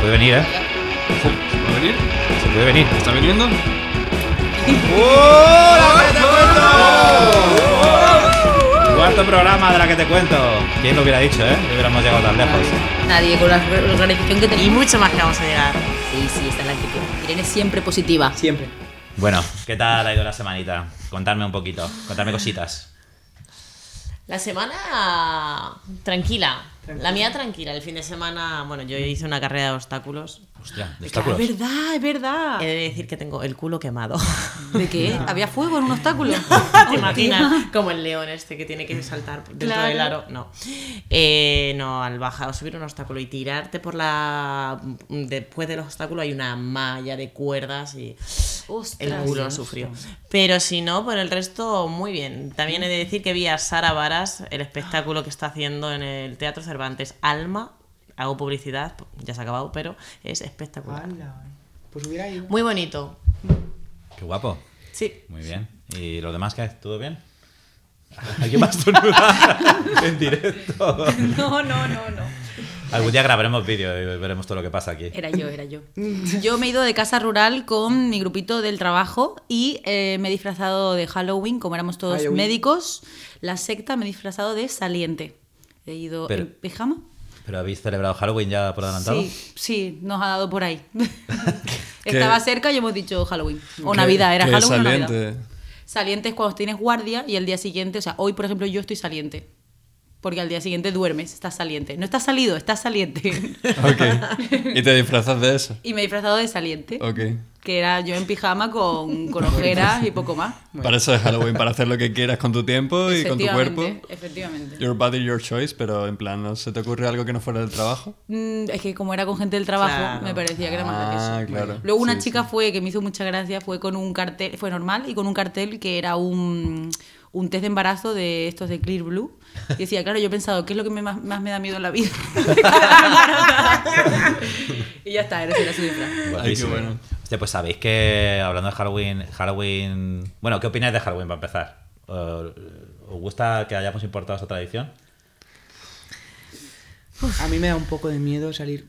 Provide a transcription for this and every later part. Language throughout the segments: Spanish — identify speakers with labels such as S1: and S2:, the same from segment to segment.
S1: puede venir, ¿eh?
S2: ¿Va a venir?
S1: Se puede venir.
S2: ¿Está viniendo?
S1: ¡Hola, que te cuento! Cuarto programa de la que te cuento. ¿Quién lo hubiera dicho, eh? Que hubiéramos llegado tan lejos.
S3: Nadie, con la organización que
S4: Y
S3: tenemos.
S4: mucho más que vamos a llegar.
S3: Sí, sí, esta es la actitud. Irene es siempre positiva.
S5: Siempre.
S1: Bueno, ¿qué tal ha ido la semanita? Contadme un poquito, contadme cositas.
S4: La semana Ah, tranquila. La mía tranquila. El fin de semana, bueno, yo hice una carrera de obstáculos.
S1: Hostia, de
S5: Es
S1: obstáculos.
S5: verdad, es verdad.
S4: He de decir que tengo el culo quemado.
S3: ¿De qué? ¿Había fuego en un obstáculo?
S4: ¿Te imaginas? Como el león este que tiene que saltar dentro
S3: Claro.
S4: del aro. No. Eh, no, al bajar, subir un obstáculo y tirarte por la. Después del obstáculo hay una malla de cuerdas y. El
S3: Ostras.
S4: culo sufrió. Pero si no, por el resto, muy bien. También he de decir que vi a Sara Varas el espectáculo que está haciendo en el Teatro Cervantes Alma. Hago publicidad, ya se ha acabado, pero es espectacular.
S5: Ala,
S3: eh.
S5: Pues hubiera ido.
S4: Muy bonito.
S1: Qué guapo.
S4: Sí.
S1: Muy bien. ¿Y los demás qué? ¿Todo bien? ¿Alguien más tornudar en directo?
S3: No, no, no, no.
S1: Algún día grabaremos vídeo y veremos todo lo que pasa aquí.
S3: Era yo, era yo. Yo me he ido de casa rural con mi grupito del trabajo y eh, me he disfrazado de Halloween, como éramos todos
S5: Halloween.
S3: médicos. La secta me he disfrazado de saliente. He ido
S1: Pero-
S3: en pijama.
S1: ¿Pero habéis celebrado Halloween ya por adelantado?
S3: Sí, sí, nos ha dado por ahí. Estaba
S6: Que-
S3: cerca y hemos dicho Halloween. O
S6: Que-
S3: Navidad, era
S6: que
S3: Halloween o Navidad.
S6: saliente.
S3: Saliente es cuando tienes guardia y al día siguiente, o sea, hoy por ejemplo yo estoy saliente. Porque al día siguiente duermes, estás saliente. No estás salido, estás saliente.
S6: Ok. Y te disfrazas de eso.
S3: y me he disfrazado de saliente.
S6: Ok.
S3: Que era yo en pijama con, con ojeras y poco más.
S6: Para eso es Halloween, para hacer lo que quieras con tu tiempo y con tu
S3: Efectivamente,
S6: cuerpo.
S3: Efectivamente.
S6: Your body, your choice, pero en plan, ¿no se te ocurre algo que no fuera del trabajo?
S3: Mm, es que como era con gente del trabajo,
S4: Claro.
S3: me parecía que era más gracioso.
S6: Ah, claro.
S3: Luego una
S6: Sí,
S3: chica
S6: sí.
S3: fue, que me hizo mucha gracia, fue con un cartel, fue normal, y con un cartel que era un, un test de embarazo de estos de Clear Blue. Y decía, claro, yo he pensado, ¿qué es lo que me más, más me da miedo en la vida? y ya está, era así, era su disfraz.
S1: Guapísimo.
S6: Ay, qué bueno.
S1: Hostia, pues sabéis que hablando de Halloween, Halloween. Bueno, ¿qué opináis de Halloween para empezar? Eh, ¿Os gusta que hayamos importado esa tradición?
S5: A mí me da un poco de miedo salir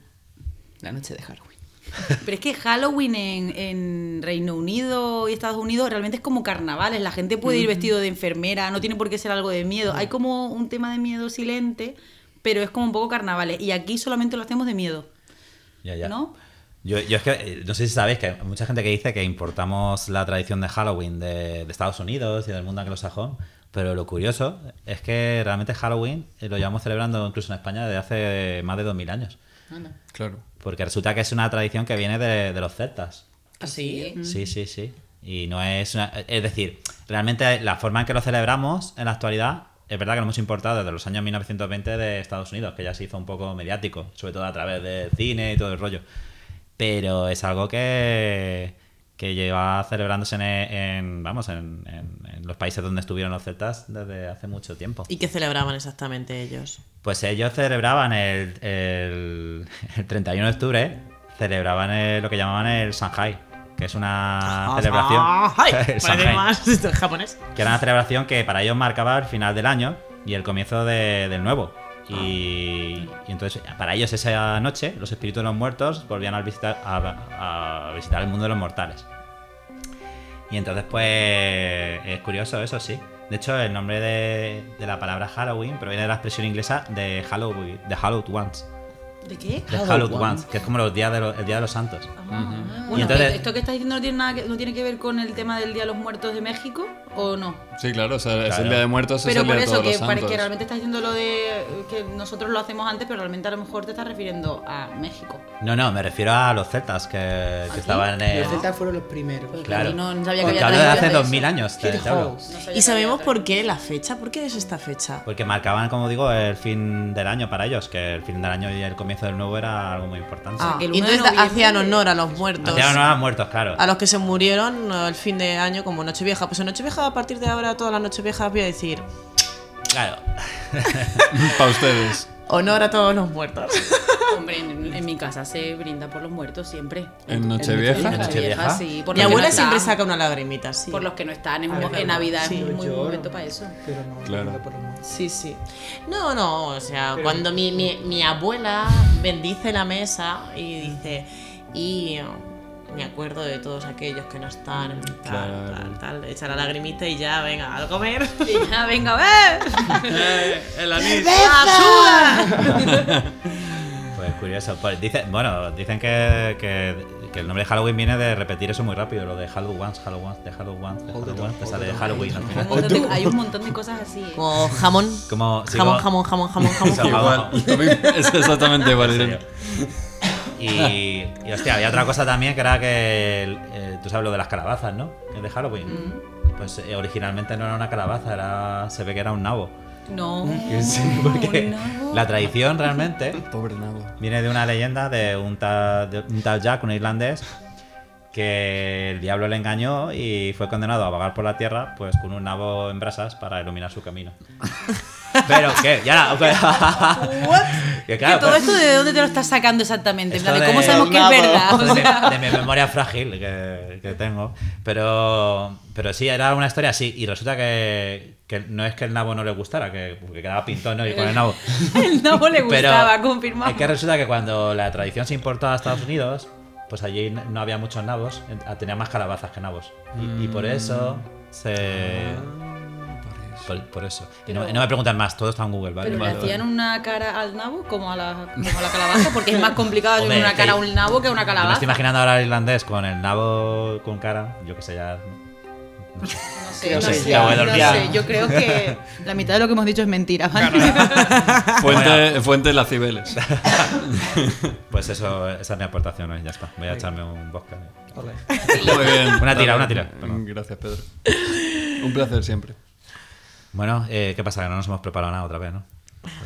S5: la noche de Halloween.
S3: Pero es que Halloween en, en Reino Unido y Estados Unidos realmente es como carnavales. La gente puede ir vestido de enfermera, no tiene por qué ser algo de miedo. Hay como un tema de miedo silente, pero es como un poco carnavales. Y aquí solamente lo hacemos de miedo.
S1: Ya, ya.
S3: ¿No?
S1: Yo, yo es que eh, no sé si sabéis que hay mucha gente que dice que importamos la tradición de Halloween de, de Estados Unidos y del mundo anglosajón, pero lo curioso es que realmente Halloween eh, lo llevamos celebrando incluso en España desde hace más de 2000 años,
S6: Claro.
S1: porque resulta que es una tradición que viene de, de los celtas.
S3: ¿Ah,
S4: ¿Así?
S1: Sí, sí, sí. Y no es una- Es decir, realmente la forma en que lo celebramos en la actualidad es verdad que lo hemos importado desde los años 1920 de Estados Unidos, que ya se hizo un poco mediático, sobre todo a través del cine y todo el rollo. Pero es algo que, que lleva celebrándose en, en- vamos, en, en- en los países donde estuvieron los celtas desde hace mucho tiempo.
S4: ¿Y qué celebraban exactamente ellos?
S1: Pues ellos celebraban el, el, el 31 de octubre, celebraban el- lo que llamaban el Shanghai, que es una
S4: Ah,
S1: celebración.
S4: ¡Ay!
S1: El
S4: Parece
S1: Shanghai.
S4: más esto es japonés.
S1: Que era una celebración que para ellos marcaba el final del año y el comienzo de- del nuevo. Y, y entonces, para ellos esa noche, los espíritus de los muertos volvían a visitar, a, a visitar el mundo de los mortales. Y entonces, pues, es curioso, eso sí. De hecho, el nombre de, de la palabra Halloween proviene de la expresión inglesa de Halloween, de Hallowed Ones.
S3: ¿De qué?
S1: De Hallowed Ones, Ah. que es como los días de los- el Día de los Santos.
S3: Bueno,
S1: Y entonces-
S3: ¿esto que estás diciendo no tiene, nada que, no tiene que ver con el tema del Día de los Muertos de México o no?
S6: Sí, claro, o sea, es
S1: Claro.
S6: el día de muertos, es
S3: Pero
S6: el día
S3: por
S6: de
S3: eso,
S6: todos
S3: que,
S6: los
S3: para,
S6: santos.
S3: que realmente estás diciendo lo de eh, que nosotros lo hacemos antes, pero realmente a lo mejor te estás refiriendo a México.
S1: No, no, me refiero a los celtas que, que estaban en.
S5: Los celtas fueron los primeros.
S3: Porque
S1: Claro.
S3: aquí no, no sabía que
S1: Porque
S3: había
S1: hablo de hace
S3: tradición
S1: 2000
S3: eso.
S1: años, te,
S5: Hit
S1: te hablo.
S3: No
S5: holes.
S3: sabía
S4: ¿Y
S3: que
S4: sabemos
S3: había
S4: por qué la fecha? ¿Por qué es esta fecha?
S1: Porque marcaban, como digo, el fin del año para ellos, que el fin del año y el comienzo del nuevo era algo muy importante.
S3: Ah, que el
S4: y
S3: uno de
S4: entonces
S3: noviembre-
S4: hacían honor a los muertos.
S1: Hacían honor a los muertos, claro.
S4: A los que se murieron no, el fin de año como Nochevieja. Pues en Nochevieja, a partir de ahora, todas las Nocheviejas voy a decir
S1: Claro.
S6: para ustedes.
S4: honor a todos los muertos.
S3: Hombre, en, en mi casa se brinda por los muertos siempre.
S6: En Nochevieja.
S1: En Nochevieja.
S3: Nochevieja, sí. Por
S4: Mi
S3: los que
S4: abuela
S3: no
S4: siempre
S3: están,
S4: saca una lagrimita, sí.
S3: Por los que no están, es
S4: A
S3: un-
S4: ver,
S3: en Navidad
S4: sí.
S3: es un muy buen
S5: Lloro,
S3: momento para eso.
S5: Pero no,
S6: Claro.
S5: venga por amor.
S4: Sí, sí. No, no, o sea, cuando mi, mi, mi abuela bendice la mesa y dice, y oh, me acuerdo de todos aquellos que no están, tal,
S6: Claro.
S4: tal, tal, echa la lagrimita y ya, venga, al comer.
S3: Y ya, venga, a ver.
S6: Eh, el anís.
S1: Pues curioso. Pues dice, bueno, dicen que, que- que el nombre de Halloween viene de repetir eso muy rápido, lo de Halloween once, Halloween once, de Halloween once, de Halloween once, te sale Halloween al
S3: Hay un
S1: final.
S3: montón de, hay un montón de cosas así. ¿eh?
S4: Como jamón.
S1: Como, sí,
S4: jamón,
S1: como-
S4: jamón, jamón, jamón, jamón,
S1: Sí,
S4: jamón.
S6: Igual, lo mismo, es exactamente igual.
S1: en
S6: Irene.
S1: serio. Y, y, hostia, había otra cosa también que era que el- eh, tú sabes lo de las calabazas, ¿no? Que es de Halloween.
S3: Mm.
S1: Pues eh, originalmente no era una calabaza, era se ve que era un nabo.
S3: No.
S1: Porque
S3: no.
S1: la tradición realmente
S6: Pobre nabo.
S1: Viene de una leyenda de un tal, de un tal Jack, un irlandés, que el diablo le engañó y fue condenado a vagar por la tierra pues con un nabo en brasas para iluminar su camino. Pero que, ya, pero- que
S3: Que
S1: claro,
S3: todo
S1: pues,
S3: esto de dónde te lo estás sacando exactamente. En
S1: esto
S3: plan, de ¿cómo
S1: de-
S3: sabemos que es verdad?
S1: esto
S3: O
S1: de,
S3: sea,
S1: mi- de mi memoria frágil que, que tengo. Pero, pero sí, era una historia así. Y resulta que, que no es que el nabo no le gustara, que, porque quedaba pintón ¿no? y con el nabo.
S3: el nabo le
S1: Pero
S3: gustaba, confirmamos.
S1: Es que resulta que cuando la tradición se importó a Estados Unidos, pues allí n- no había muchos nabos, en- a- tenía más calabazas que nabos. Y, y
S3: Mm.
S1: por eso se. Por, por eso. Y no,
S3: Ah, Pero-
S1: no me preguntan más, todo está en Google, ¿vale?
S3: Pero le
S1: Vale, vale.
S3: hacían una cara al nabo como a la, como a la calabaza, porque es más complicado hacer
S1: Hombre,
S3: una cara a
S1: que-
S3: un nabo que a una
S1: Yo me estoy
S3: calabaza.
S1: imaginando ahora al irlandés con el nabo con cara, yo que sé, ya.
S3: No sé,
S1: no
S3: no
S1: sé,
S3: sé,
S1: ya voy
S3: no
S1: dormida.
S3: sé, Yo creo que la mitad de lo que hemos dicho es mentira. ¿vale?
S6: Fuente, fuente las cibeles.
S1: Pues eso, esa es mi aportación hoy, ya está. Voy a echarme un vodka.
S5: Ole.
S6: Muy bien.
S1: Una tira, una tira.
S6: Mm, Gracias, Pedro. Un placer siempre.
S1: Bueno, eh, ¿qué pasa? Que no nos hemos preparado nada otra vez, ¿no?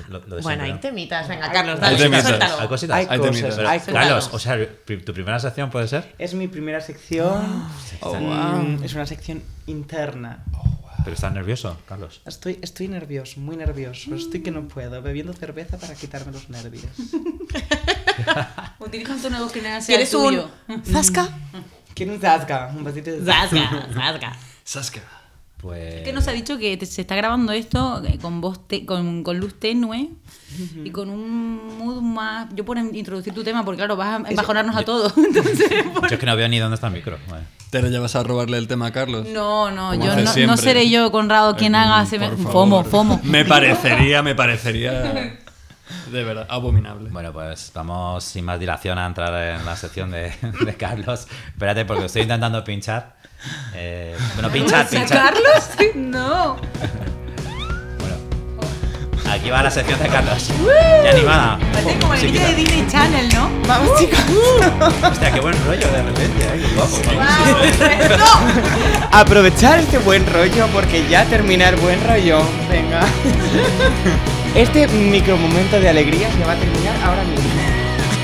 S1: Lo- lo de
S4: Bueno,
S1: siempre,
S4: hay
S1: ¿no?
S4: temitas, venga, Carlos,
S6: Hay
S4: dale,
S6: temitas.
S4: suéltalo.
S1: Hay cositas.
S5: Hay
S6: Ahí te miras.
S5: cosas, hay
S1: Pero, Carlos,
S5: cosas.
S1: o sea, pri- tu primera sección puede ser.
S5: Es mi primera Ah, sección. Mm, Es una sección interna.
S1: Pero estás nervioso, Carlos.
S5: Estoy, estoy nervioso, muy nervioso. Estoy que no puedo. Bebiendo cerveza para quitarme los nervios.
S3: Utiliza un tono de voz que nada sea
S4: ¿Quieres
S3: tuyo.
S4: un zasca?
S5: ¿Quién es Zasca? Un vasito de
S4: Zasca, zasca.
S6: Saskia.
S1: Pues.
S3: Que nos ha dicho que te- se está grabando esto eh, con voz te- con, con luz tenue y con un mood más. Yo por en- introducir tu tema, porque claro, vas a embajonarnos a todos. Entonces, por-
S1: Yo es que no veo ni dónde está el micro. Vale.
S6: ¿Te ya vas a robarle el tema a Carlos?
S3: no, no,
S6: Pues, Como
S3: yo
S6: haces
S3: no, no
S6: siempre.
S3: seré yo, Conrado, quien
S6: Mm,
S3: haga seme-
S6: por
S3: FOMO,
S6: favor.
S3: FOMO.
S6: Me parecería, me parecería. De verdad, abominable.
S1: Bueno, pues vamos sin más dilación a entrar en la sección de, de Carlos. Espérate, porque estoy intentando pinchar. Eh, bueno, pinchar,
S6: Pues,
S1: pinchar.
S3: ¿Sacarlos? No.
S1: Bueno, aquí va la sección de Carlos. ¡Ya animada!
S3: Parece como el
S1: Sí,
S3: vídeo de Disney Channel, ¿no?
S5: Vamos, chicos.
S1: Hostia, qué buen rollo de repente. ¿eh? Qué guapo, guapo.
S5: Aprovechar este buen rollo porque ya terminar buen rollo. Venga. Este micro momento de alegría se va a terminar ahora mismo.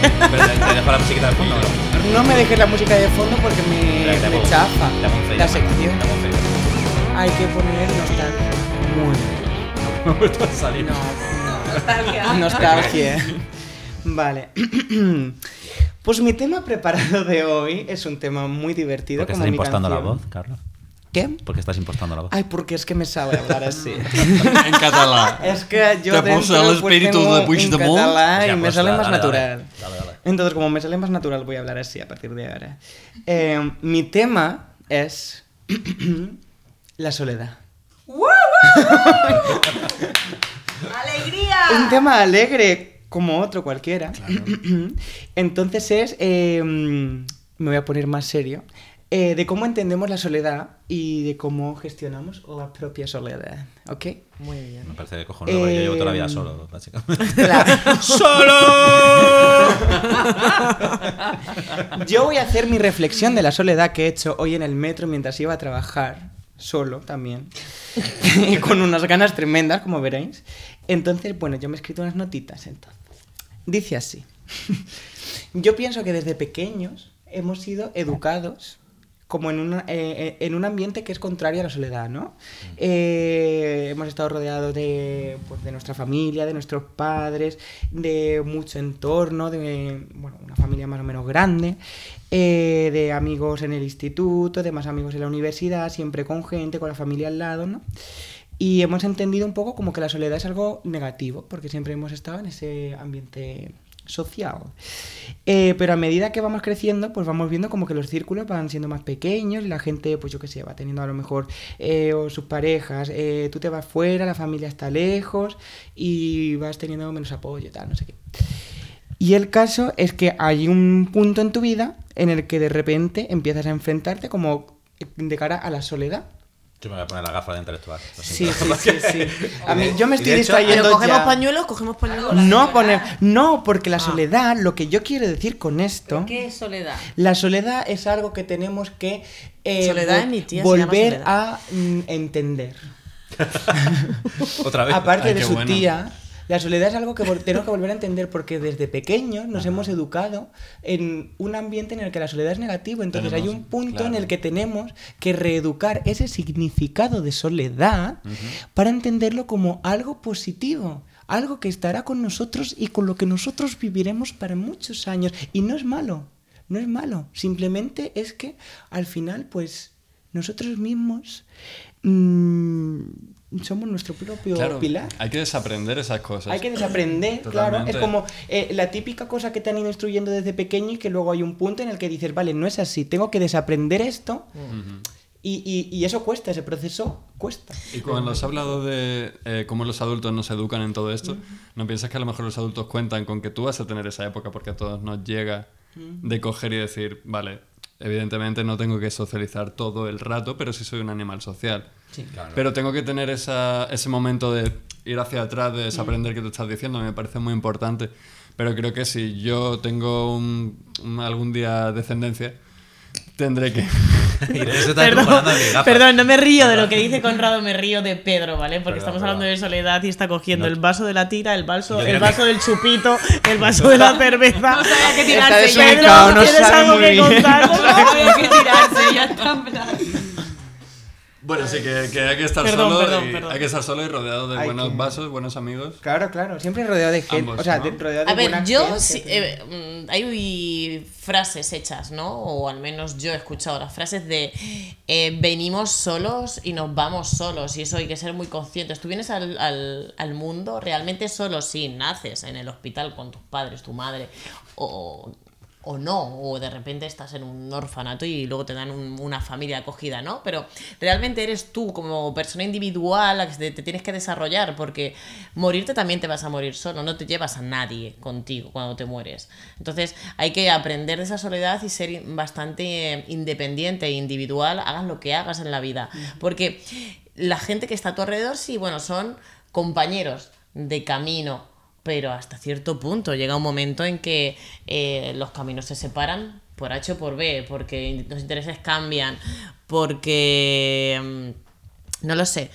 S1: Pero te- te dejo la musiquita de fondo. ¿no?
S5: No me dejes la música de fondo porque me,
S1: Espera, que te
S5: me
S1: pongo-
S5: chafa
S1: te pongo un fade,
S5: la
S1: ¿no?
S5: sección.
S1: Te pongo un fade.
S5: Hay que poner nostalgia. Muy
S1: Me ha vuelto a salir.
S5: No, nostalgia. Nostalgia. Vale. Pues mi tema preparado de hoy es un tema muy divertido.
S1: ¿Por qué
S5: como
S1: estás
S5: mi
S1: impostando la
S5: canción.
S1: voz, Carlos?
S5: ¿Qué?
S1: ¿Por qué estás impostando la voz?
S5: Ay, porque es que me sabe hablar así.
S6: En catalán.
S5: Es que yo
S6: Te
S5: dentro,
S6: posa el
S5: pues,
S6: espíritu
S5: tengo
S6: de Puigdemont.
S5: un catalán
S1: O sea,
S5: y me
S1: pues,
S5: sale
S1: dale,
S5: más
S1: dale,
S5: natural.
S1: dale, dale, dale.
S5: Entonces, como me sale más natural, voy a hablar así a partir de ahora. Eh, mi tema es la soledad. Un tema alegre como otro cualquiera. Entonces es, eh, me voy a poner más serio, eh, de cómo entendemos la soledad y de cómo gestionamos la propia soledad. ¿Ok?
S4: Muy bien.
S1: Me parece cojonudo, porque yo llevo toda la vida
S5: Em,
S1: solo, básicamente.
S5: Claro.
S1: ¡Solo!
S5: Yo voy a hacer mi reflexión de la soledad que he hecho hoy en el metro mientras iba a trabajar, solo también, y con unas ganas tremendas, como veréis. Entonces, bueno, yo me he escrito unas notitas, entonces. Dice así. Yo pienso que desde pequeños hemos sido educados como en, una- eh, eh, en un ambiente que es contrario a la soledad, ¿no? Eh, hemos estado rodeados de, pues, de nuestra familia, de nuestros padres, de mucho entorno, de bueno, una familia más o menos grande, eh, de amigos en el instituto, de más amigos en la universidad, siempre con gente, con la familia al lado, ¿no? Y hemos entendido un poco como que la soledad es algo negativo, porque siempre hemos estado en ese ambiente social. Eh, pero a medida que vamos creciendo, pues vamos viendo como que los círculos van siendo más pequeños y la gente, pues yo qué sé, va teniendo a lo mejor eh, o sus parejas, eh, tú te vas fuera, la familia está lejos y vas teniendo menos apoyo, tal, no sé qué. Y el caso es que hay un punto en tu vida en el que de repente empiezas a enfrentarte como eh, de cara a la soledad.
S1: Yo me voy a poner la gafa de intelectual. lo
S5: Sí,
S1: siento.
S5: sí, sí, sí. A mí, yo me
S1: Y de
S5: estoy
S1: hecho,
S5: distrayendo
S4: Pero cogemos
S5: ya.
S4: pañuelos, cogemos pañuelos.
S5: No, poner, no, porque la soledad, lo que yo quiero decir con esto,
S3: ¿Qué es soledad?
S5: la soledad es algo que tenemos que eh,
S4: Soledad
S5: vol-
S4: en mi tía se llama
S5: volver
S4: soledad.
S5: a mm, entender.
S1: Otra vez.
S5: Aparte
S6: Ay,
S5: de
S6: qué
S5: su
S6: bueno.
S5: tía, la soledad es algo que vol- tenemos que volver a entender porque desde pequeños nos hemos educado en un ambiente en el que la soledad es negativo. Entonces
S6: Tenemos-
S5: hay un punto en
S6: claro.
S5: el que tenemos que reeducar ese significado de soledad para entenderlo como algo positivo. Algo que estará con nosotros y con lo que nosotros viviremos para muchos años. Y no es malo, no es malo. Simplemente es que al final, pues, nosotros mismos mm, somos nuestro propio
S6: Claro,
S5: pilar.
S6: hay que desaprender esas cosas.
S5: Hay que desaprender, claro. Es
S6: Totalmente.
S5: como eh, la típica cosa que te han ido instruyendo desde pequeño y que luego hay un punto en el que dices, vale, no es así, tengo que desaprender esto. Y, y- y eso cuesta, ese proceso cuesta.
S6: Y cuando has hablado de eh, cómo los adultos nos educan en todo esto, ¿no piensas que a lo mejor los adultos cuentan con que tú vas a tener esa época porque a todos nos llega de coger y decir, vale, evidentemente no tengo que socializar todo el rato, pero sí soy un animal social. Pero tengo que tener esa- ese momento de ir hacia atrás, de desaprender que tú estás diciendo, me parece muy importante. Pero creo que si yo tengo un- un- algún día descendencia, tendré que...
S1: Y de eso estás
S4: Perdón,
S1: comparando mi gafa.
S4: perdón, no me río de lo que dice Conrado, me río de Pedro, ¿vale?
S1: Perdón,
S4: Porque estamos
S1: perdón.
S4: hablando de soledad y está cogiendo
S1: No.
S4: el vaso de la tira, el vaso,
S1: Yo
S4: el
S1: creo
S4: vaso del chupito, el vaso de la cerveza. No
S3: sabía qué
S5: Está
S3: tirarse.
S5: desubicado,
S4: Pedro,
S5: no
S4: ¿tienes
S5: sabe
S4: algo
S5: muy
S4: que
S5: bien.
S4: contarnos?
S3: Había que tirarse, ya está. en plan.
S6: Bueno, sí, que, que hay que estar
S4: Perdón,
S6: solo.
S4: perdón,
S6: y,
S4: perdón.
S6: Hay que estar solo y rodeado de
S5: Hay
S6: buenos
S5: que-
S6: vasos, buenos amigos.
S5: Claro, claro, siempre rodeado de gente.
S6: Ambos,
S5: o sea,
S6: ¿no?
S5: de- rodeado de
S4: A ver,
S5: buena
S4: yo
S5: gente,
S4: sí,
S5: pero-
S4: eh, mm, hay frases hechas, ¿no? O al menos yo he escuchado las frases de eh, venimos solos y nos vamos solos. Y eso hay que ser muy conscientes. Tú vienes al, al- al mundo realmente solo si naces en el hospital con tus padres, tu madre, o, o no, o de repente estás en un orfanato y luego te dan un- una familia acogida, ¿no? Pero realmente eres tú como persona individual la que te, te tienes que desarrollar, porque morirte también te vas a morir solo, no te llevas a nadie contigo cuando te mueres. Entonces hay que aprender de esa soledad y ser bastante eh, independiente e individual, hagas lo que hagas en la vida, porque la gente que está a tu alrededor, sí, bueno, son compañeros de camino, pero hasta cierto punto llega un momento en que eh, los caminos se separan por H o por B, porque in- los intereses cambian, porque... mm, No lo sé.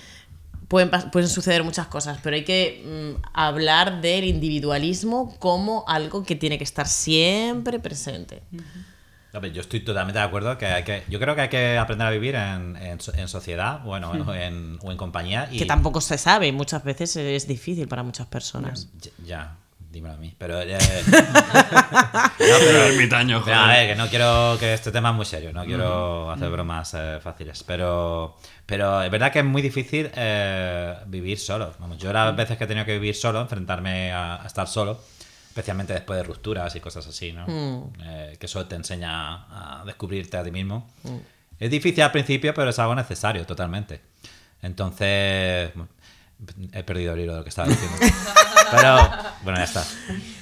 S4: Pueden, pas- pueden suceder muchas cosas, pero hay que mm, hablar del individualismo como algo que tiene que estar siempre presente.
S1: No, pero yo estoy totalmente de acuerdo que, hay que yo creo que hay que aprender a vivir en, en so- en sociedad bueno, o, en, o en compañía. Y,
S4: Hmm. Que tampoco se sabe, y muchas veces es difícil para muchas personas.
S1: Ya, ya, dímelo a mí. Pero. eh, no,
S6: Pero ermitaño,
S1: Pero, a
S6: joder.
S1: ver, que no quiero. Que este tema es muy serio, no quiero hacer bromas eh, fáciles. Pero. Pero es verdad que es muy difícil eh, vivir solo. Vamos, yo
S3: Mm.
S1: las veces que he tenido que vivir solo, enfrentarme a, a estar solo, especialmente después de rupturas y cosas así, ¿no?
S3: Mm.
S1: Eh, que eso te enseña a descubrirte a ti mismo.
S3: Mm.
S1: Es difícil al principio, pero es algo necesario, totalmente. Entonces. bueno, He perdido el hilo de lo que estaba diciendo. Pero bueno, ya está.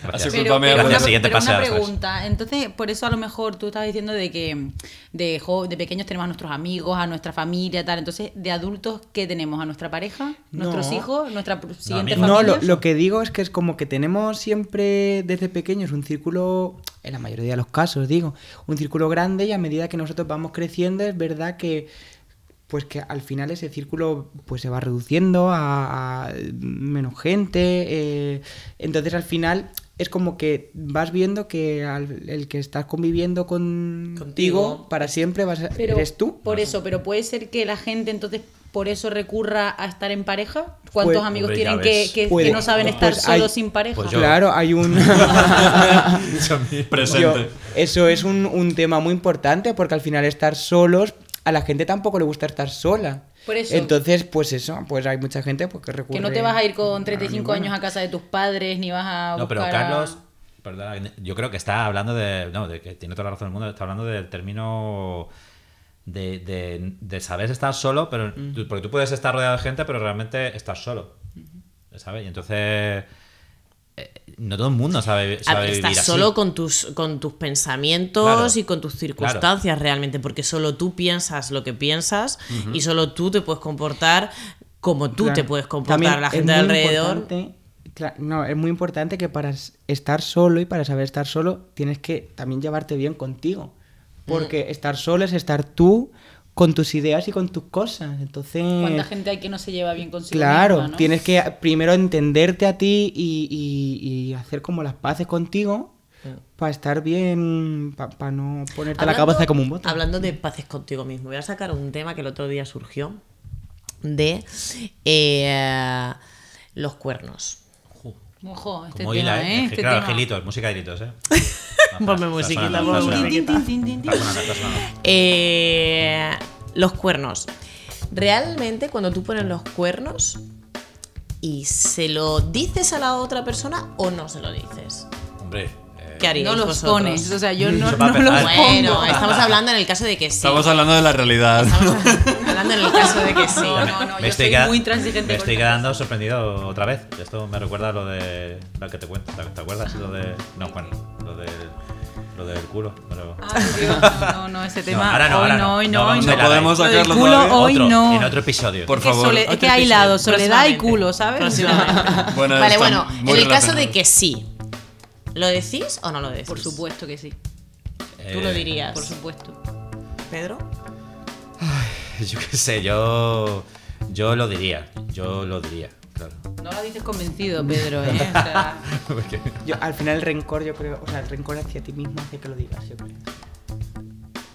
S1: Gracias.
S6: Así que- Discúlpame,
S1: Gracias,
S3: una,
S1: siguiente
S3: pero
S1: pase,
S3: una
S1: Alfred.
S3: pregunta. Entonces, por eso a lo mejor tú estabas diciendo de que de, jo- de pequeños tenemos a nuestros amigos, a nuestra familia, tal. Entonces, de adultos, ¿qué tenemos? ¿A nuestra pareja? ¿Nuestros
S5: No.
S3: hijos? ¿Nuestra pr- siguiente
S1: amigos.
S5: No,
S3: familia?
S5: lo, lo que digo es que es como que tenemos siempre desde pequeños un círculo, en la mayoría de los casos digo, un círculo grande y a medida que nosotros vamos creciendo es verdad que pues que al final ese círculo pues se va reduciendo a, a menos gente, eh, entonces al final es como que vas viendo que al- el que estás conviviendo con- contigo,
S4: Contigo.
S5: para siempre vas a-
S3: Pero,
S5: eres tú.
S3: Por eso, pero puede ser que la gente entonces por eso recurra a estar en pareja. ¿Cuántos
S5: Pues-
S3: amigos
S1: Hombre, ya
S3: tienen que,
S1: ves.
S3: que- que
S5: Puede.
S3: no saben
S5: Pues
S3: estar
S5: hay-
S3: solos sin pareja?
S1: pues yo-
S5: Claro, hay un... Yo-
S6: Presente.
S5: eso es un, un tema muy importante porque al final estar solos, a la gente tampoco le gusta estar sola.
S3: Por eso.
S5: Entonces, pues eso, pues hay mucha gente pues, que recurre...
S3: que no te vas a ir con
S5: ninguna.
S3: 35 años a casa de tus padres, ni vas a.
S1: No, pero
S3: buscar a-
S1: Carlos, perdona, yo creo que está hablando de. No, de que tiene toda la razón del mundo, está hablando del término de, de- de saber estar solo, pero tú- porque tú puedes estar rodeado de gente, pero realmente estás solo. ¿Sabes? Y entonces. eh, no todo el mundo sabe,
S4: A
S1: sabe
S4: ver,
S1: vivir
S4: estás
S1: así.
S4: solo con tus, con tus pensamientos
S1: Claro,
S4: y con tus
S1: claro.
S4: circunstancias realmente, porque solo tú piensas lo que piensas y solo tú te puedes comportar como tú
S5: Claro.
S4: te puedes comportar.
S5: También
S4: La
S5: es
S4: gente de
S5: muy
S4: alrededor.
S5: importante- cla- No, es muy importante que para s- estar solo y para saber estar solo tienes que también llevarte bien contigo. Porque
S3: Mm.
S5: estar solo es estar tú con tus ideas y con tus cosas. Entonces,
S3: ¿Cuánta gente hay que no se lleva bien consigo?
S5: claro,
S3: misma, ¿no?
S5: tienes que primero entenderte a ti y, y- y hacer como las paces contigo para estar bien, para no ponerte la
S4: Hablando-
S5: cabeza como un bote.
S4: Hablando de paces contigo mismo, voy a sacar un tema que el otro día surgió de eh, los cuernos.
S3: Ojo, este
S1: Como
S3: tema,
S1: hila,
S3: ¿eh?
S1: ¿eh?
S3: Este
S1: claro,
S3: tema. Pues
S1: gelitos, música de gritos, ¿eh?
S4: Ponme
S1: Está
S4: musiquita,
S1: sonando,
S4: ponme
S1: está sonando.
S3: Tin, tin, tin, tin, tin, tin.
S1: Está sonando, está sonando.
S4: Eh, los cuernos. Realmente cuando tú pones los cuernos y se lo dices a la otra persona o no se lo dices.
S1: Hombre. eh,
S4: ¿Qué haríais
S3: No los
S4: vosotros?
S3: pones, o sea, yo no,
S1: Eso va a
S3: no los
S1: empezar.
S4: Bueno,
S3: pongo.
S4: estamos hablando en el caso de que sí.
S6: Estamos hablando de la realidad.
S4: hablando en el caso de que sí.
S3: No, no, no,
S1: Me
S3: yo
S1: estoy
S3: soy
S1: queda-
S3: muy intransigente.
S1: Me
S3: con
S1: estoy
S3: estas cosas.
S1: quedando sorprendido otra vez. Esto me recuerda a lo de. Lo que te cuento. ¿Te te acuerdas? Lo de. No, bueno, lo del. Lo del culo. Pero...
S3: Ay, Dios, no, no, ese tema.
S1: ahora no,
S3: Ah, hoy
S1: ahora
S3: no,
S1: no.
S3: hoy
S1: No,
S3: no, hoy
S1: vamos
S3: no.
S1: a hablar de
S6: podemos
S3: Lo del
S6: sacarlo
S3: culo,
S6: todavía.
S3: hoy
S1: Otro,
S3: no.
S1: En otro episodio.
S6: Por
S3: Es que
S6: favor.
S3: sole- es
S6: otro
S3: que hay
S6: episodio.
S3: lado, soledad y
S4: Próximamente.
S3: culo, ¿sabes? O sea,
S4: Próximamente.
S6: Bueno,
S4: vale,
S6: está
S4: bueno, en
S6: muy
S4: el caso de
S6: relacionado.
S4: que sí. ¿Lo decís o no lo decís?
S3: por supuesto que sí.
S4: Tú lo
S1: Eh,
S4: dirías.
S3: Por supuesto.
S4: Pedro.
S1: Yo qué sé, yo. Yo lo diría. Yo lo diría, claro.
S3: No lo dices convencido, Pedro, ¿eh? O sea,
S1: Porque-
S5: Yo, al final el rencor, yo creo, o sea, el rencor hacia ti mismo hace que lo digas, yo creo.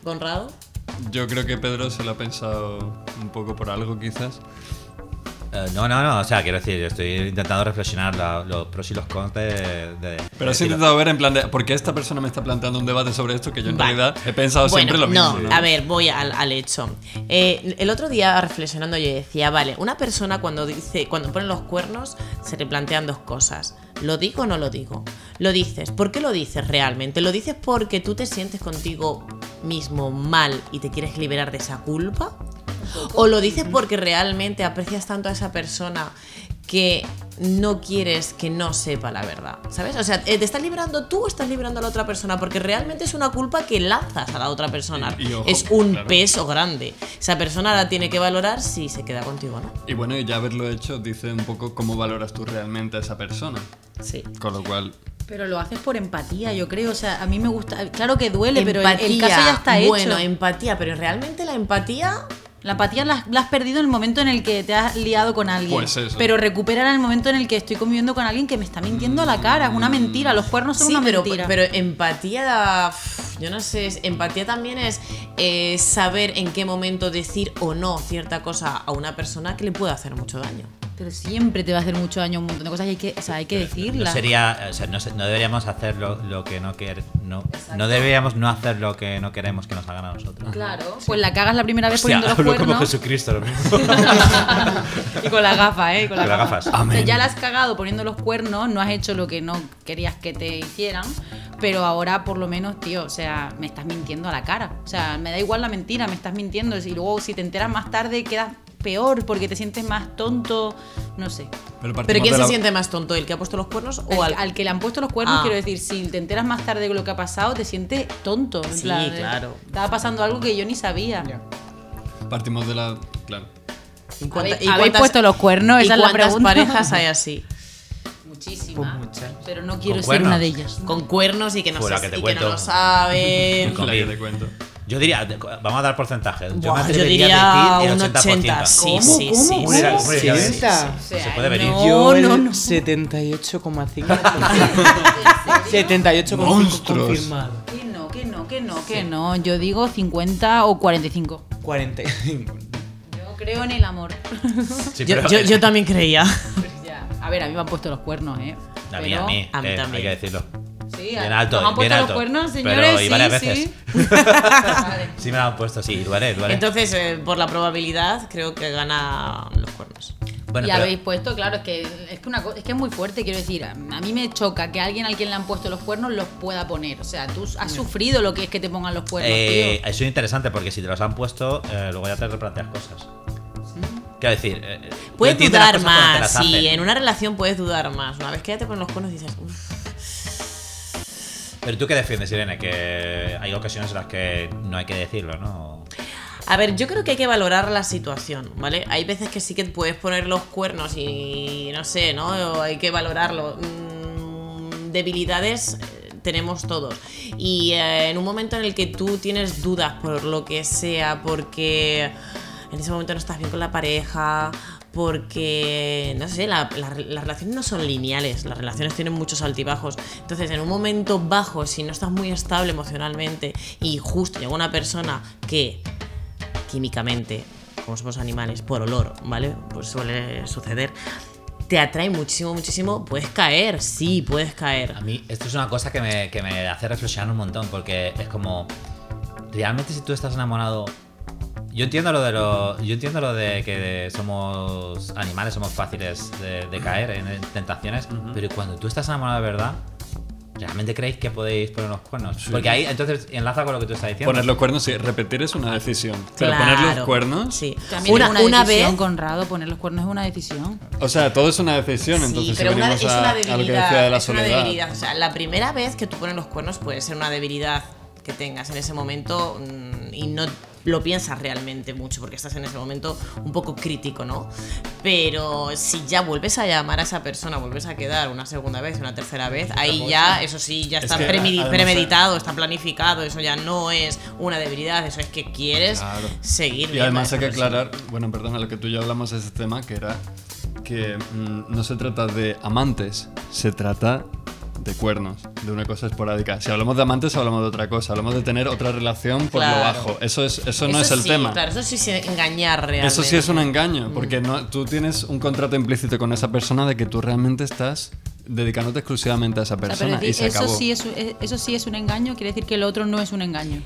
S4: Conrado.
S6: Yo creo que Pedro se lo ha pensado un poco por algo, quizás.
S1: Eh, no, no, no. O sea, quiero decir, yo estoy intentando reflexionar la- los pros y los cons de. de-
S6: Pero has
S1: de-
S6: intentado ver en plan de. ¿Por qué esta persona me está planteando un debate sobre esto que yo en
S4: Vale.
S6: realidad he pensado siempre lo mismo?
S4: No, a ver, voy al, al hecho. Eh, el otro día reflexionando yo decía, vale, una persona cuando dice, cuando pone los cuernos, se le plantean dos cosas. ¿Lo digo o no lo digo? Lo dices. ¿Por qué lo dices realmente? ¿Lo dices porque tú te sientes contigo mismo mal y te quieres liberar de esa culpa? ¿O lo dices porque realmente aprecias tanto a esa persona que no quieres que no sepa la verdad? ¿Sabes? O sea, eh, ¿te estás librando tú o estás librando a la otra persona? Porque realmente es una culpa que lanzas a la otra persona.
S6: Y- y ojo,
S4: es un
S6: claro.
S4: peso grande. Esa persona la tiene que valorar si se queda contigo o no.
S6: Y bueno, y ya haberlo hecho dice un poco cómo valoras tú realmente a esa persona.
S4: Sí.
S6: Con lo cual,
S3: pero lo haces por empatía, yo creo. O sea, a mí me gusta. Claro que duele, pero el- el,
S4: Empatía.
S3: caso ya está hecho.
S4: Bueno, empatía, pero realmente la empatía
S3: La empatía la, la has perdido en el momento en el que te has liado con alguien.
S6: Pues eso.
S3: Pero recuperarla en el momento en el que estoy conviviendo con alguien que me está mintiendo a la cara. Es una mentira. Los cuernos son
S4: Sí,
S3: una
S4: pero,
S3: mentira.
S4: pero empatía, uf, yo no sé, es- empatía también es eh, saber en qué momento decir o no cierta cosa a una persona que le puede hacer mucho daño.
S3: Pero siempre te va a hacer mucho daño un montón de cosas y hay que, o sea, hay que
S1: No
S3: decirlas.
S1: sería, o sea, no, se- no deberíamos hacer lo, lo que no queremos. No, no deberíamos no hacer lo que no queremos que nos hagan a nosotros.
S3: Claro. Pues la cagas la primera vez
S1: Hostia,
S3: poniendo los
S1: hablo como
S3: cuernos.
S1: Jesucristo lo mismo.
S3: y con la gafa, ¿eh? Y Con,
S1: Con
S3: la
S1: las
S3: gafa.
S1: gafas.
S3: O sea, ya la has cagado poniendo los cuernos, no has hecho lo que no querías que te hicieran, pero ahora por lo menos, tío, o sea, me estás mintiendo a la cara. O sea, me da igual la mentira, me estás mintiendo. Y luego si te enteras más tarde quedas peor porque te sientes más tonto, no sé.
S6: pero
S4: Pero
S6: partimos
S4: ¿quién
S6: de
S4: se
S6: la-
S4: siente más tonto, el que ha puesto los cuernos
S3: Al,
S4: o al,
S3: al que le han puesto los cuernos,
S4: Ah.
S3: quiero decir, si te enteras más tarde de lo que ha pasado, te sientes tonto. en
S4: Sí,
S3: plan, eh,
S4: claro.
S3: Estaba pasando algo que yo ni sabía.
S5: Ya.
S6: Partimos de la. Claro.
S4: ¿Y cuánta-
S3: ¿Habéis-
S4: y
S3: habéis
S4: cuántas-
S3: puesto los cuernos?
S4: y
S3: Esa es la
S4: cuántas
S3: pregunta.
S4: parejas hay así?
S3: Muchísimas.
S5: Pues muchas.
S3: Pero no quiero
S1: Con
S3: ser una
S1: cuernos.
S3: de ellas.
S4: Con cuernos y que no,
S1: Joder,
S4: se-
S1: que te
S4: y que no
S1: cuento.
S4: lo saben.
S1: Con
S6: La que
S1: Bill.
S6: te cuento.
S1: Yo diría, de- vamos a dar porcentajes. Yo me
S4: Buah, yo
S1: atrevería
S4: diría
S1: a decir el
S4: un
S1: 80%.
S4: 80. Sí,
S3: ¿Cómo,
S4: sí, sí.
S3: cómo,
S4: sí,
S1: cómo?
S4: sí, sí,
S1: Hombre,
S4: sí.
S5: ¿80?
S1: No se puede venir.
S4: Oh,
S3: No,
S5: Yo el
S3: no, no.
S5: 78,5. 78,5
S6: Monstruos.
S5: confirmado.
S3: Que no, que no, que no, que no. Yo digo 50 o 45.
S5: 45.
S3: Yo creo en el amor.
S1: Sí,
S4: Yo,
S1: pero-
S4: yo- yo también creía.
S3: Ya. A ver, a mí me han puesto los cuernos, ¿eh?
S1: A mí,
S3: Pero-
S1: a mí.
S4: A mí
S1: eh, hay
S4: también.
S1: que decirlo.
S3: Sí,
S1: Bien
S3: a-
S1: alto,
S3: nos
S1: bien
S3: han puesto
S1: alto.
S3: los cuernos,
S1: Pero-
S3: señores.
S1: y
S3: sí,
S1: varias
S3: sí.
S1: veces.
S3: Vale.
S1: Sí me la han puesto, sí, duele, duele.
S4: Entonces, eh, por la probabilidad, creo que gana los cuernos.
S1: bueno,
S3: y
S1: pero-
S3: habéis puesto, claro, es que es que una co- es que es muy fuerte, quiero decir, a, a mí me choca que alguien al quien le han puesto los cuernos los pueda poner. O sea, tú has sufrido lo que es que te pongan los
S4: Pues
S3: cuernos,
S1: Eh,
S3: tío.
S1: eso es interesante porque si te los han puesto, eh, luego ya te replanteas cosas. Quiero decir, eh, eh, tú
S4: Puedes
S1: entiendes las
S4: dudar
S1: cosas cuando te
S4: más,
S1: las hacen.
S4: sí, en una relación puedes dudar más. Una vez que ya te ponen los cuernos dices, uff,
S1: Pero tú qué defiendes, Irene, que hay ocasiones en las que no hay que decirlo, ¿no?
S4: A ver, yo creo que hay que valorar la situación, ¿vale? Hay veces que sí que puedes poner los cuernos y no sé, ¿no? O hay que valorarlo. Mm, Debilidades eh, tenemos todos. Y eh, en un momento en el que tú tienes dudas por lo que sea, porque en ese momento no estás bien con la pareja, porque, no sé, la- la- las relaciones no son lineales, las relaciones tienen muchos altibajos. Entonces, en un momento bajo, si no estás muy estable emocionalmente y justo llega una persona que químicamente, como somos animales, por olor, ¿vale? Pues suele suceder. Te atrae muchísimo, muchísimo. Puedes caer, sí, puedes caer.
S1: A mí esto es una cosa que me, que me hace reflexionar un montón porque es como, realmente si tú estás enamorado... Yo entiendo lo de lo, yo entiendo lo de que somos animales, somos fáciles de, de caer en tentaciones, pero cuando tú estás enamorado de verdad, ¿realmente creéis que podéis poner los cuernos? Porque ahí entonces enlaza con lo que tú estás diciendo.
S6: Poner los cuernos, sí, repetir es una decisión. Pero poner los
S4: Claro,
S6: cuernos.
S4: Sí.
S3: También
S4: Una,
S3: es una,
S4: una
S3: decisión,
S4: vez.
S3: Conrado, poner los cuernos es una decisión.
S6: O sea, todo es una decisión,
S4: Sí,
S6: entonces si
S4: pero una-
S6: venimos
S4: es una
S6: a, a lo que decía
S4: debilidad.
S6: de la
S4: es una
S6: soledad.
S4: debilidad. O sea, la primera vez que tú pones los cuernos puede ser una debilidad que tengas en ese momento mm, y no lo piensas realmente mucho porque estás en ese momento un poco crítico, ¿no? Pero si ya vuelves a llamar a esa persona, vuelves a quedar una segunda vez, una tercera vez, ahí ya, eso sí, ya
S6: Es
S4: está
S6: que,
S4: premedi-
S6: además, eh,
S4: premeditado, está planificado, eso ya no es una debilidad, eso es que quieres
S6: Claro.
S4: seguir.
S6: Y
S4: viendo a
S6: además
S4: esa
S6: hay que
S4: persona.
S6: aclarar, bueno, perdona, lo que tú y yo hablamos de ese tema, que era que mm, no se trata de amantes, se trata de cuernos, de una cosa esporádica. Si hablamos de amantes, hablamos de otra cosa, hablamos de tener otra relación por
S4: Claro.
S6: lo bajo. Eso, es, eso no es el
S4: sí, Mm.
S6: tema.
S4: Claro, eso sí es engañar realmente.
S6: Eso sí es un engaño, porque no, tú tienes un contrato implícito con esa persona de que tú realmente estás dedicándote exclusivamente a esa
S3: O sea, pero
S6: persona
S3: decir,
S6: y se
S3: eso
S6: acabó.
S3: sí es un- eh, eso sí es un engaño, quiere decir que el otro no es un engaño.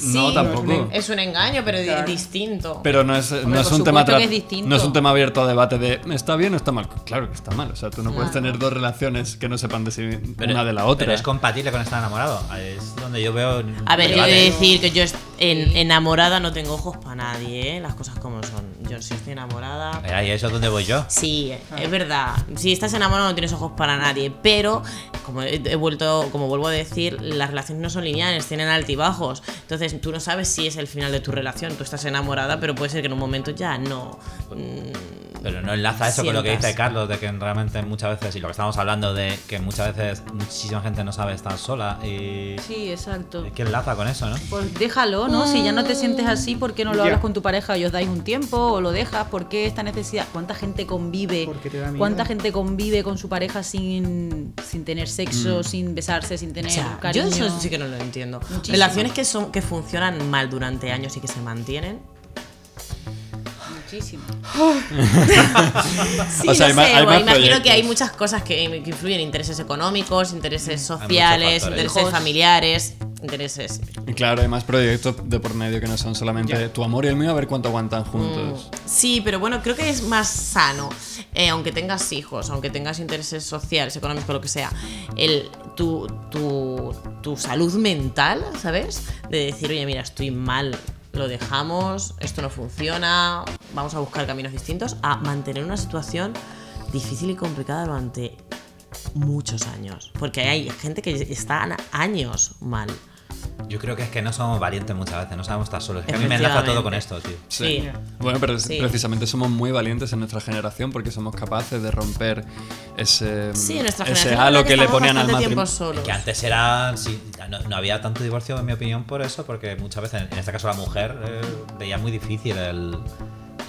S6: no,
S4: Sí,
S6: tampoco.
S4: Es un engaño, pero di- distinto.
S6: Pero no es, no es
S3: por
S6: un tema
S3: supuesto que
S6: tra-
S3: es distinto.
S6: no es un tema abierto a debate de ¿está bien o está mal? Claro que está mal. O sea, tú no puedes tener dos relaciones que no sepan de sí
S1: Pero-
S6: una de la otra.
S1: Pero es compatible con estar enamorado. Es donde yo veo.
S4: a ver, yo he
S1: debate.
S4: de decir que yo est- en- enamorada no tengo ojos para nadie, ¿eh? las cosas como son. Yo si estoy enamorada.
S1: Eh, Ahí es donde voy yo.
S4: Sí, eh,
S3: Ah.
S4: es verdad. Si estás enamorado no tienes ojos para nadie, pero como he he vuelto, como vuelvo a decir, las relaciones no son lineales, tienen altibajos. Entonces tú no sabes si es el final de tu relación. Tú estás enamorada, pero puede ser que en un momento ya no. mm,
S1: Pero no enlaza eso con lo que
S4: Sientas.
S1: dice Carlos, de que realmente muchas veces, y lo que estamos hablando, de que muchas veces muchísima gente no sabe estar sola. Y
S3: Sí, exacto.
S1: es que enlaza con eso, ¿no?
S3: Pues déjalo, ¿no? Si ya no te sientes así, ¿por qué no lo
S5: Ya.
S3: hablas con tu pareja y os dais un tiempo o lo dejas? ¿Por qué esta necesidad? ¿Cuánta gente convive?
S5: Porque te da miedo.
S3: ¿Cuánta gente convive con su pareja sin, sin tener sexo, sin besarse, sin tener
S4: O sea, yo
S3: cariño?
S4: eso sí que no lo entiendo.
S3: Muchísimo.
S4: Relaciones que son que funcionan mal durante años y que se mantienen.
S3: Muchísimo.
S4: Sí,
S6: O sea,
S4: no
S6: hay ma-
S4: sé,
S6: hay
S4: o
S6: más
S4: imagino que hay
S6: proyectos.
S4: muchas cosas que, que influyen, intereses económicos, intereses
S6: Mm,
S4: sociales,
S1: factores.
S4: intereses familiares, intereses.
S6: Y claro, hay más proyectos de por medio que no son solamente tu amor y el mío, a ver cuánto aguantan
S4: Mm.
S6: juntos.
S4: Sí, pero bueno, creo que es más sano, eh, aunque tengas hijos, aunque tengas intereses sociales, económicos, lo que sea, el, tu, tu, tu salud mental, ¿sabes? De decir, oye, mira, estoy mal, lo dejamos, esto no funciona, vamos a buscar caminos distintos, a mantener una situación difícil y complicada durante muchos años. Porque hay gente que está años mal.
S1: Yo creo que es que no somos valientes muchas veces, no sabemos estar solos. Es que a mí me enlaza todo con esto, tío.
S4: Sí.
S6: Bueno, pero es-
S4: Sí.
S6: precisamente somos muy valientes en nuestra generación porque somos capaces de romper ese,
S4: Sí, en nuestra
S6: ese
S4: generación. creo
S6: halo
S4: que
S6: que le
S4: estamos
S6: ponían al
S4: bastante tiempo
S6: matrimonio.
S4: solos.
S1: Que antes era. sí, no, no había tanto divorcio, en mi opinión, por eso, porque muchas veces, en este caso la mujer, eh, veía muy difícil el,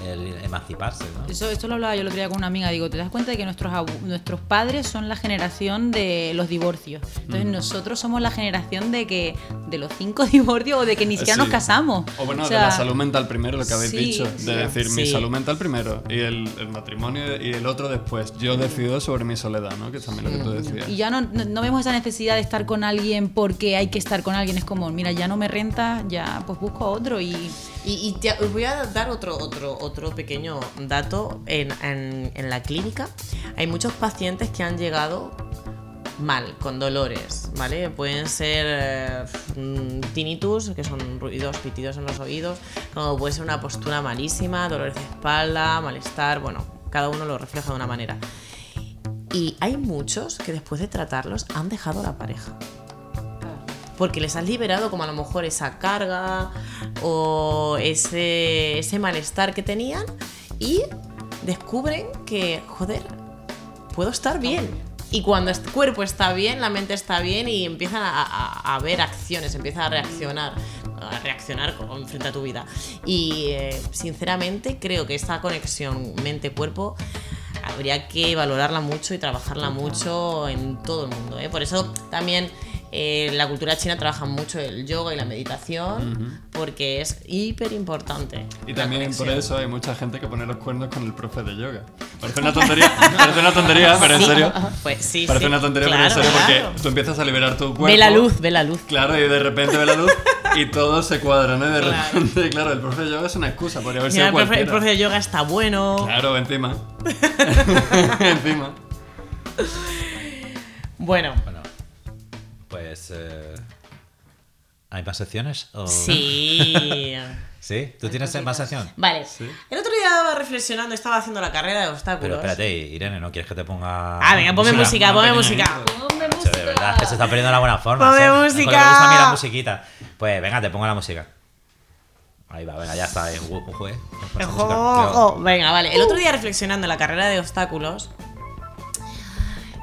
S1: el emanciparse, ¿no?
S3: Eso, esto lo hablaba yo lo creía con una amiga. Digo, ¿te das cuenta de que nuestros, abu- nuestros padres son la generación de los divorcios? Entonces nosotros somos la generación de que de los cinco divorcios o de que ni siquiera nos
S6: Sí.
S3: casamos.
S6: O bueno,
S3: sea,
S6: de la salud mental primero, lo que habéis
S3: sí,
S6: dicho. De
S3: sí.
S6: decir, mi
S4: Sí.
S6: salud mental primero y el, el matrimonio y el otro después. Yo decido sobre mi soledad, ¿no? Que es también lo que tú decías.
S3: Y ya no, no- no vemos esa necesidad de estar con alguien porque hay que estar con alguien. Es como, mira, ya no me renta, ya pues busco otro y...
S4: Y, y te- os voy a dar otro, otro, otro pequeño dato. En, en- en la clínica hay muchos pacientes que han llegado mal, con dolores, ¿vale? Pueden ser eh, mm, tinnitus, que son ruidos, pitidos en los oídos, como puede ser una postura malísima, dolores de espalda, malestar, bueno, cada uno lo refleja de una manera. Y hay muchos que después de tratarlos han dejado la pareja porque les has liberado como a lo mejor esa carga o ese, ese malestar que tenían y descubren que, joder, puedo estar bien. Y cuando el cuerpo está bien, la mente está bien y empiezan a, a- a ver acciones, empiezan a reaccionar, a reaccionar con- frente a tu vida. Y eh, sinceramente creo que esta conexión mente-cuerpo habría que valorarla mucho y trabajarla mucho en todo el mundo. ¿eh? Por eso también eh, la cultura china trabaja mucho el yoga y la meditación porque es hiper importante.
S6: Y también por eso hay mucha gente que pone los cuernos con el profe de yoga. Parece una tontería, parece una tontería, pero en serio.
S4: Pues sí,
S6: Parece
S4: sí.
S6: una tontería,
S4: Claro,
S6: pero en serio,
S4: claro.
S6: porque tú empiezas a liberar tu cuerpo.
S4: Ve la luz, ve la luz.
S6: Claro, y de repente ve la luz y todo se cuadra, ¿no? Y de
S4: Claro.
S6: repente, claro, el profe de yoga es una excusa, podría haber
S4: Mira,
S6: sido
S4: el, profe, el
S6: cualquiera.
S4: profe de yoga está bueno.
S6: Claro, encima. encima.
S4: Bueno,
S1: Bueno, pues. eh, ¿Hay más secciones? o-
S4: sí.
S1: ¿Sí? ¿Tú tienes más sección?
S4: Vale. El otro día estaba reflexionando, estaba haciendo la carrera de
S1: Pero
S4: obstáculos.
S1: espérate, Irene, ¿no quieres que te ponga.
S4: Ah, venga, ponme música, ponme música.
S1: Macho, de verdad, que se está perdiendo la buena forma.
S4: Ponme
S1: ¿sí? Con lo que
S4: música.
S1: me gusta a mí la musiquita. Pues venga, te pongo la música. Ahí va, venga, ya está. eh. En juego, Pues
S4: Ojo, Venga, vale. El otro día reflexionando en la carrera de obstáculos,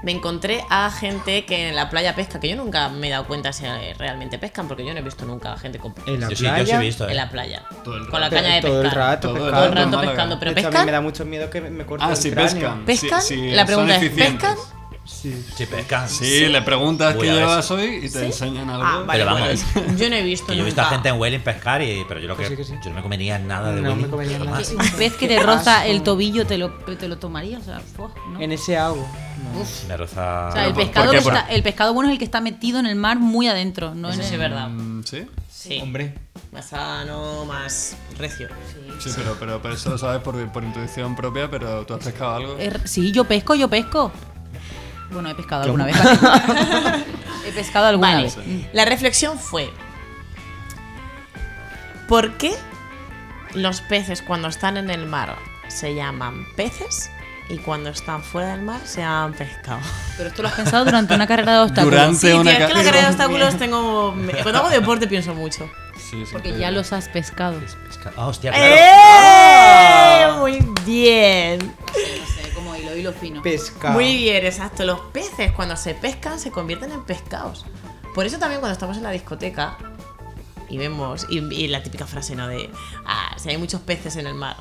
S4: me encontré a gente que en la playa pesca, que yo nunca me he dado cuenta si realmente pescan, porque yo no he visto nunca a gente con-
S5: En la
S1: Yo sí,
S5: playa.
S1: yo sí he visto. eh.
S4: en la playa.
S6: Todo el
S4: Con la
S6: rato.
S4: caña de pescar.
S5: todo el rato,
S6: Todo el
S5: pescado.
S4: Todo el
S6: Claro, en
S4: rato
S6: Málaga.
S4: pescando. Pero
S5: De hecho, a mí
S4: pescan.
S5: me da mucho miedo que me corten
S6: Ah,
S5: el
S6: sí,
S5: cráneo.
S6: pescan.
S4: ¿Pescan?
S6: Sí, sí,
S4: La pregunta
S6: son
S4: es,
S6: eficientes.
S4: ¿pescan?
S5: Sí.
S1: Sí, pescan.
S6: Sí, le preguntas
S1: Voy
S6: qué
S1: a ver
S6: llevas
S1: eso.
S6: hoy y te enseñan algo.
S4: Ah, vale,
S1: Pero vamos.
S4: bueno, yo no he visto.
S1: Que yo he visto a
S4: nunca.
S1: gente en Welling pescar, y, pero yo lo que,
S5: sí, que sí.
S1: yo no me comería nada de
S5: No me
S1: Welling,
S5: comería
S6: Ah,
S5: nada.
S1: jamás.
S3: Un pez que te roza el tobillo te lo, te lo tomaría, o sea, ¡fua! ¿no?
S5: En ese agua. No.
S1: Me roza.
S3: O sea, el
S6: ¿por-
S3: pescado,
S6: por qué?
S3: que
S6: Por-
S3: está- el pescado bueno es el que está metido en el mar muy adentro, no en
S4: Eso
S3: el-
S4: sí es verdad.
S6: Mm, ¿Sí?
S4: Sí.
S5: Hombre.
S4: Más sano, más recio.
S6: Sí, pero, pero, pero eso lo sabes por, por intuición propia, pero tú has pescado algo.
S4: Eh,
S3: Er- Sí, yo pesco, yo pesco. Bueno, he pescado alguna vez. ¿vale? he pescado alguna
S4: Vale,
S3: vez.
S4: la reflexión fue, ¿por qué los peces cuando están en el mar se llaman peces y cuando están fuera del mar se llaman pescado?
S3: Pero esto lo has pensado durante una carrera de obstáculos.
S6: Durante
S4: Sí, tío,
S6: una
S4: es que la
S6: ca-
S4: carrera de obstáculos tengo... me- Cuando hago deporte pienso mucho.
S6: Sí, sí,
S3: Porque
S6: sí.
S3: ya los has pescado.
S1: Pesca- Ah, hostia, claro.
S4: ¡Eh! Muy bien.
S3: No sé, como hilo, hilo fino.
S5: Pescado.
S4: Muy bien, exacto. Los peces cuando se pescan se convierten en pescados. Por eso también cuando estamos en la discoteca y vemos, y, y la típica frase, ¿no? De, ah, si hay muchos peces en el mar.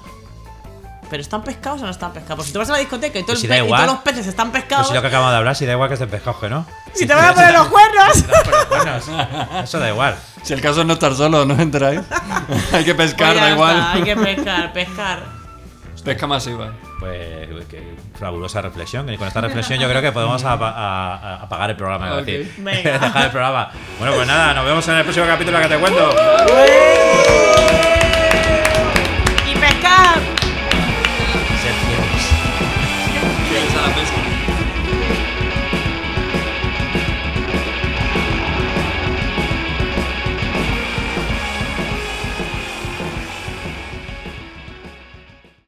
S4: ¿Pero están pescados o no están pescados? Pues si tú vas a la discoteca y, todo el
S1: Pues si da
S4: pe- y
S1: igual.
S4: todos los peces están
S1: Pero
S4: pescados,
S1: si Pues lo que acabamos de hablar, si da igual que estés pescado que no.
S4: si te van a poner los cuernos...
S1: Bueno, eso- eso da igual.
S6: Si el caso es no estar solo, no entráis. hay que pescar,
S4: Pues ya
S6: da igual.
S4: está, hay que pescar, pescar.
S6: Pesca masiva.
S1: Pues qué fabulosa reflexión. Y con esta reflexión yo creo que podemos apa- a- a- apagar el programa. iba a decir.
S4: Venga.
S1: Dejar el programa. Bueno, pues nada, nos vemos en el próximo capítulo que te cuento.